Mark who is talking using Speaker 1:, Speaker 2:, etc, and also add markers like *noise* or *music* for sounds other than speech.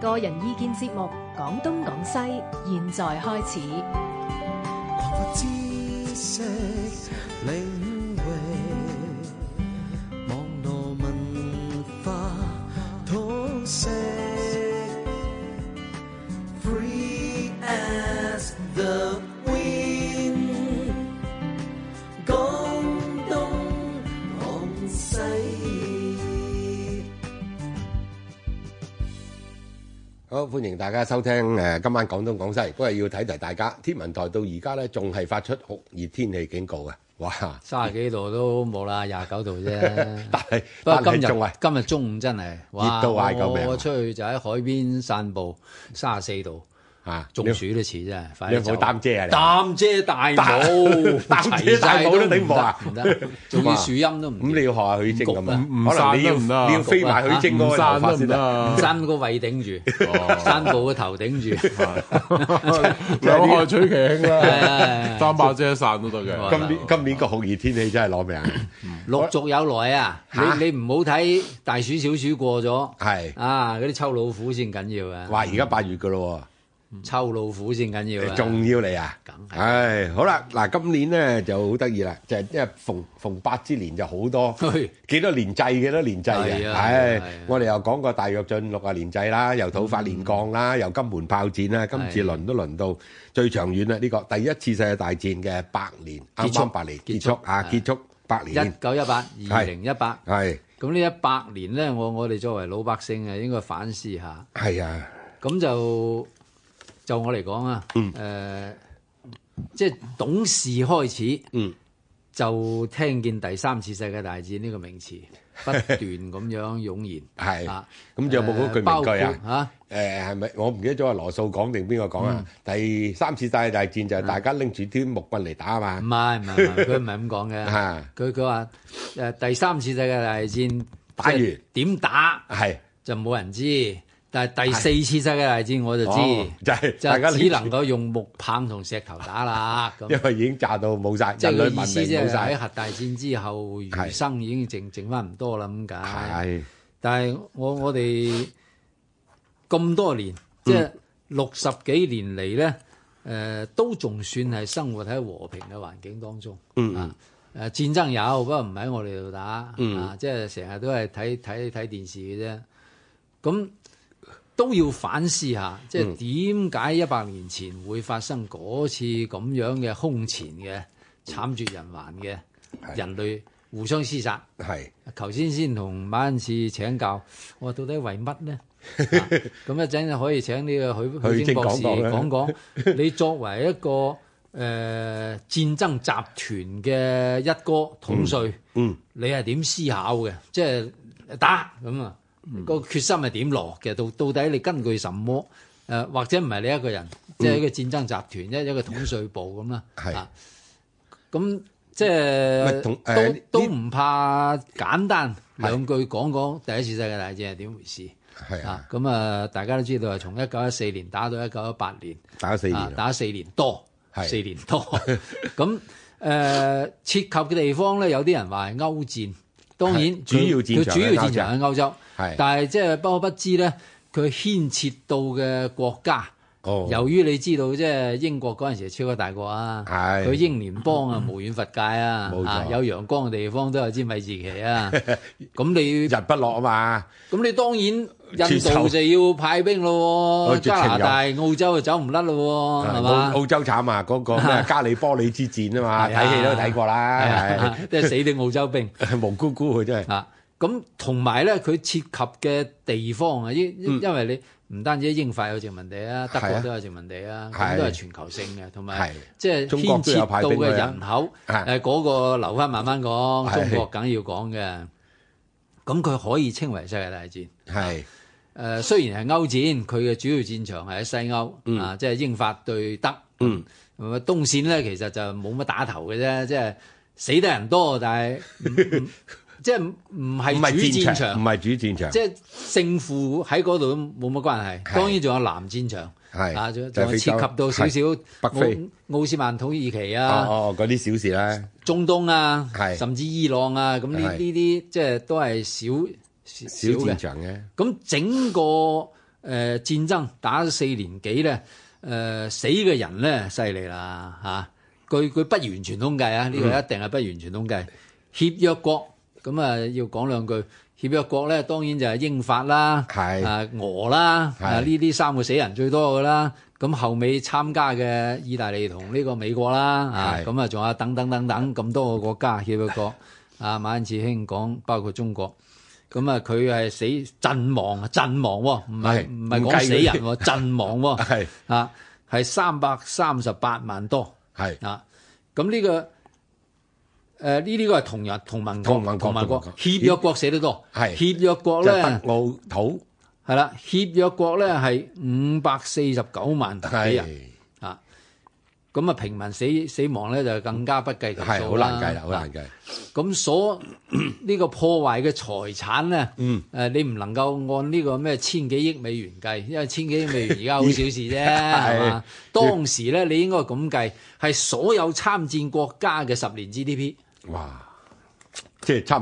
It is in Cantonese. Speaker 1: 個人意見節目《講東講西》，現在開始。
Speaker 2: 擴闊知識領域，網絡文化通識，Free as the wind。廣東廣西。
Speaker 3: 好，歡迎大家收聽誒、呃今晚廣東廣西，不過要提提大家，天文台到而家咧仲係發出酷熱天氣警告嘅，哇！
Speaker 4: 三十幾度都冇啦，廿九度啫。
Speaker 3: *laughs* 但係
Speaker 4: 不過
Speaker 3: 但係
Speaker 4: 今
Speaker 3: 仲
Speaker 4: 日
Speaker 3: 係
Speaker 4: 今日中午真係哇
Speaker 3: 熱到嗌救命啊
Speaker 4: 我出去就喺海邊散步，三十四度，
Speaker 3: 啊，
Speaker 4: 中暑都似真係。快啲
Speaker 3: 你有冇
Speaker 4: 走
Speaker 3: 擔遮啊你
Speaker 4: 擔遮大帽，
Speaker 3: *laughs* 擔遮大帽都頂唔到啊
Speaker 4: 齊晒都唔得，唔得仲要樹蔭都唔
Speaker 3: 咁你
Speaker 4: 掂。
Speaker 3: 要學下許晶咁啊，
Speaker 5: 唔唔
Speaker 3: 可能
Speaker 5: 散
Speaker 3: 你要
Speaker 5: 都唔得
Speaker 3: 你要飛埋許晶嗰個頭髮先得。
Speaker 5: 唔啊散
Speaker 4: 山個胃頂住，
Speaker 3: 哦
Speaker 4: 山部個頭頂住，
Speaker 5: 得兩害取其輕
Speaker 4: 係
Speaker 5: 啦，
Speaker 4: 啊
Speaker 5: 三把遮散都得嘅。
Speaker 3: 今年今年個酷熱天氣真係攞命
Speaker 5: *laughs*
Speaker 3: 啊，
Speaker 4: 陸續有來啊！
Speaker 3: 嚇
Speaker 4: 你你唔好睇大暑小暑過咗，
Speaker 3: 係
Speaker 4: 啊嗰啲抽老虎先緊要啊！
Speaker 3: 哇！而家八月噶咯
Speaker 4: 抽老虎先緊要
Speaker 3: 喎，
Speaker 4: 啊！
Speaker 3: 仲要嚟啊！
Speaker 4: 梗係
Speaker 3: 唉，好啦，嗱，今年咧就好得意啦，就係因為逢逢八之年就好多。
Speaker 4: 嘿
Speaker 3: 幾多年制幾多年制嘅，
Speaker 4: 係啊
Speaker 3: 唉
Speaker 4: 係啊係啊，
Speaker 3: 我哋又講過大躍進六啊年制啦，又土法煉鋼啦，又金門炮戰啦，今次輪都輪到最長遠啦，呢個第一次世界大戰嘅百年，啱
Speaker 4: 結束
Speaker 3: 啱百年
Speaker 4: 結
Speaker 3: 結
Speaker 4: 束
Speaker 3: 束啊，
Speaker 4: 係
Speaker 3: 結束百
Speaker 4: 一
Speaker 3: 年，
Speaker 4: 九一八、二零一八，
Speaker 3: 係
Speaker 4: 咁呢一百年咧，我我哋作為老百姓啊，應該反思下。
Speaker 3: 係啊，
Speaker 4: 咁就就我嚟講啊，
Speaker 3: 嗯
Speaker 4: 誒、即係懂事開始，
Speaker 3: 嗯，
Speaker 4: 就聽見第三次世界大戰呢個
Speaker 3: *laughs*
Speaker 4: 名詞不斷咁樣湧現。
Speaker 3: 係
Speaker 4: 啊，
Speaker 3: 咁仲有冇嗰句
Speaker 4: 包
Speaker 3: 名
Speaker 4: 括
Speaker 3: 句啊？
Speaker 4: 嚇
Speaker 3: 誒係咪？我唔記得咗係羅素講定邊個講啊？第三次世界大戰就係大家拎住啲木棍嚟打啊
Speaker 4: 唔
Speaker 3: 嘛，
Speaker 4: 係唔係
Speaker 3: *laughs*
Speaker 4: 唔係，佢唔係咁講嘅。
Speaker 3: 嚇
Speaker 4: 佢佢話誒第三次世界大戰
Speaker 3: 打完
Speaker 4: 即係點打
Speaker 3: 係
Speaker 4: 就冇人知，但係第四次世界大戰我就知。
Speaker 3: 哦就係
Speaker 4: 就
Speaker 3: 大家
Speaker 4: 只
Speaker 3: 拎
Speaker 4: 能
Speaker 3: 住，
Speaker 4: 夠用木棒同石頭打啦。
Speaker 3: *laughs*
Speaker 4: 咁
Speaker 3: 因為已經炸到冇晒，
Speaker 4: 即係
Speaker 3: 人類
Speaker 4: 個
Speaker 3: 文
Speaker 4: 意
Speaker 3: 明
Speaker 4: 思，即
Speaker 3: 冇
Speaker 4: 係
Speaker 3: 晒
Speaker 4: 喺。核大戰之後，餘生已經剩剩翻唔多啦咁解。
Speaker 3: 係
Speaker 4: 但係我我哋咁多年，即係六十幾年嚟咧，誒、都仲算係生活喺和平嘅環境當中。嗯啊誒戰爭有，不過唔喺我哋度打，啊，即係成日都係睇睇睇電視嘅啫。咁都要反思下，即係點解一百年前會發生嗰次咁樣嘅空前嘅慘絕人寰嘅
Speaker 3: 係
Speaker 4: 人類互相廝殺。
Speaker 3: 係
Speaker 4: 頭先先同馬恩賜請教，我話到底為乜
Speaker 3: *laughs*
Speaker 4: 呢？啊咁一陣可以請呢個許
Speaker 3: 許
Speaker 4: 許
Speaker 3: 晶
Speaker 4: 晶博士
Speaker 3: 講講啦
Speaker 4: 講
Speaker 3: *laughs*
Speaker 4: 講，你作為一個誒、呃、戰爭集團嘅一哥統帥，
Speaker 3: 嗯
Speaker 4: 你係點思考嘅？即係打咁啊，
Speaker 3: 嗯
Speaker 4: 個決心係點落嘅？到到底你根據什麼？誒、或者唔係你一個人，即係一個戰爭集團，一一個統帥部咁啦。
Speaker 3: 係
Speaker 4: 啊咁即
Speaker 3: 咪
Speaker 4: 係
Speaker 3: 同
Speaker 4: 都、
Speaker 3: 誒呢
Speaker 4: 都唔怕簡單兩句講講第一次世界大戰係點回事
Speaker 3: 係
Speaker 4: 啊
Speaker 3: 啊，！
Speaker 4: 咁啊，大家都知道係從一九一四年打到一九一八年，
Speaker 3: 打咗四
Speaker 4: 啊
Speaker 3: 年，啦，
Speaker 4: 打四年多，
Speaker 3: 係
Speaker 4: 四年
Speaker 3: *laughs*
Speaker 4: 多。咁誒、呃涉及嘅地方咧，有啲人話係歐戰，當然
Speaker 3: 係主要
Speaker 4: 佢
Speaker 3: 戰
Speaker 4: 佢
Speaker 3: 場
Speaker 4: 主
Speaker 3: 喺
Speaker 4: 要
Speaker 3: 歐
Speaker 4: 戰場喺歐洲，
Speaker 3: 係
Speaker 4: 但係即係不可不知咧，佢牽涉到嘅國家。
Speaker 3: 哦，
Speaker 4: 由於你知道即係英國嗰陣時係超級大國啊，
Speaker 3: 係
Speaker 4: 佢英聯邦
Speaker 3: *laughs*
Speaker 4: 啊無遠弗屆啊
Speaker 3: 冇，錯
Speaker 4: 啊有陽光嘅地方都有支米字旗啊，
Speaker 3: *laughs*
Speaker 4: 咁你
Speaker 3: 日不落啊嘛，
Speaker 4: 咁你當然印
Speaker 3: 接受
Speaker 4: 度就要派兵咯
Speaker 3: 我
Speaker 4: 喎，
Speaker 3: 直情有
Speaker 4: 加拿大、澳洲就走唔甩咯喎，係嘛
Speaker 3: 啊澳？
Speaker 4: *laughs*
Speaker 3: 澳洲慘啊，嗰個咩加利波里之戰啊嘛，
Speaker 4: 係啊
Speaker 3: 睇戲都睇過
Speaker 4: 係
Speaker 3: 啦
Speaker 4: 啊，即係死啲澳洲兵。
Speaker 3: 係 *laughs* 無辜辜佢真係，
Speaker 4: 啊，咁同埋咧，佢涉及嘅地方啊，因因因為你唔單止英法有殖民地啊，德
Speaker 3: 嗯係
Speaker 4: 國
Speaker 3: 啊
Speaker 4: 都有殖民地啊，
Speaker 3: 係
Speaker 4: 咁都係全球性嘅，同埋
Speaker 3: 係
Speaker 4: 即係
Speaker 3: 中國
Speaker 4: 牽
Speaker 3: 都
Speaker 4: 涉
Speaker 3: 有派
Speaker 4: 到
Speaker 3: 兵去啊
Speaker 4: 嘅人口，
Speaker 3: 係
Speaker 4: 誒嗰個留翻慢慢講，
Speaker 3: 啊係
Speaker 4: 中國梗要講嘅。咁佢可以稱為世界大戰。
Speaker 3: 係
Speaker 4: 誒雖然係歐戰，佢嘅主要戰場係喺西歐、啊，即係英法對德。
Speaker 3: 嗯，
Speaker 4: 咁啊東線咧其實就冇乜打頭嘅啫，即係死得人多，但係
Speaker 3: *laughs*
Speaker 4: 唔唔即係唔係
Speaker 3: 唔係
Speaker 4: 主戰
Speaker 3: 戰
Speaker 4: 場
Speaker 3: 場，唔。係主戰場
Speaker 4: 即，係勝負喺嗰度都冇乜關係。
Speaker 3: 係
Speaker 4: 當然仲有南戰場，
Speaker 3: 係
Speaker 4: 啊，仲有
Speaker 3: 就係
Speaker 4: 仲有涉
Speaker 3: 非洲
Speaker 4: 及到少少
Speaker 3: 北非
Speaker 4: 奧奧斯曼土耳其
Speaker 3: 哦
Speaker 4: 啊、
Speaker 3: 哦嗰啲小事啦，
Speaker 4: 中東啊，
Speaker 3: 係
Speaker 4: 甚至伊朗啊，咁呢
Speaker 3: 係
Speaker 4: 呢啲即係都係少少
Speaker 3: 小
Speaker 4: 少
Speaker 3: 戰
Speaker 4: 嘅。
Speaker 3: 場嘅，
Speaker 4: 咁整個誒、呃、戰爭打咗四年幾咧，誒、死嘅人咧犀利啦嚇。佢、佢不完全統計啊，呢、個
Speaker 3: 嗯
Speaker 4: 一定係不完全統計。協約國咁啊，要講兩句。協約國咧當然就係英法啦，
Speaker 3: 係
Speaker 4: 啊俄啦，
Speaker 3: 係
Speaker 4: 啊呢啲三個死人最多噶啦。咁後尾參加嘅意大利同呢個美國啦，啊
Speaker 3: 係
Speaker 4: 咁啊仲有等等等等咁多個國家協約國。啊馬恩賜兄講，包括中國。咁啊，佢係死陣亡啊，陣亡喎，唔係
Speaker 3: 係
Speaker 4: 唔係
Speaker 3: 唔
Speaker 4: 講
Speaker 3: 計
Speaker 4: 死
Speaker 3: 嗰啲
Speaker 4: 人喎，陣亡
Speaker 3: *laughs*
Speaker 4: 喎，
Speaker 3: 係
Speaker 4: 啊，係三百三十八萬多
Speaker 3: 係
Speaker 4: 啊。咁呢、個誒呢呢個係同人同盟國
Speaker 3: 同盟國
Speaker 4: 同盟國
Speaker 3: 同盟國
Speaker 4: 協約國死得多，
Speaker 3: 係
Speaker 4: 協約國
Speaker 3: 就係
Speaker 4: 咧
Speaker 3: 德奧土
Speaker 4: 係啦，協約國咧係五百四十九萬幾人。
Speaker 3: 係
Speaker 4: 啊。咁啊，平民死死亡咧就更加不計其數啊
Speaker 3: 係好難計啦，好難計。
Speaker 4: 咁所 *clears throat* 呢個破壞嘅財產咧，嗯，你唔能夠按呢個咩千幾億美元計，因為千幾億美元而家好小事
Speaker 3: *laughs*
Speaker 4: 啫，係嘛？當時咧，你應該咁計，係所有參戰國家嘅十年 GDP。
Speaker 3: 哇！即係差唔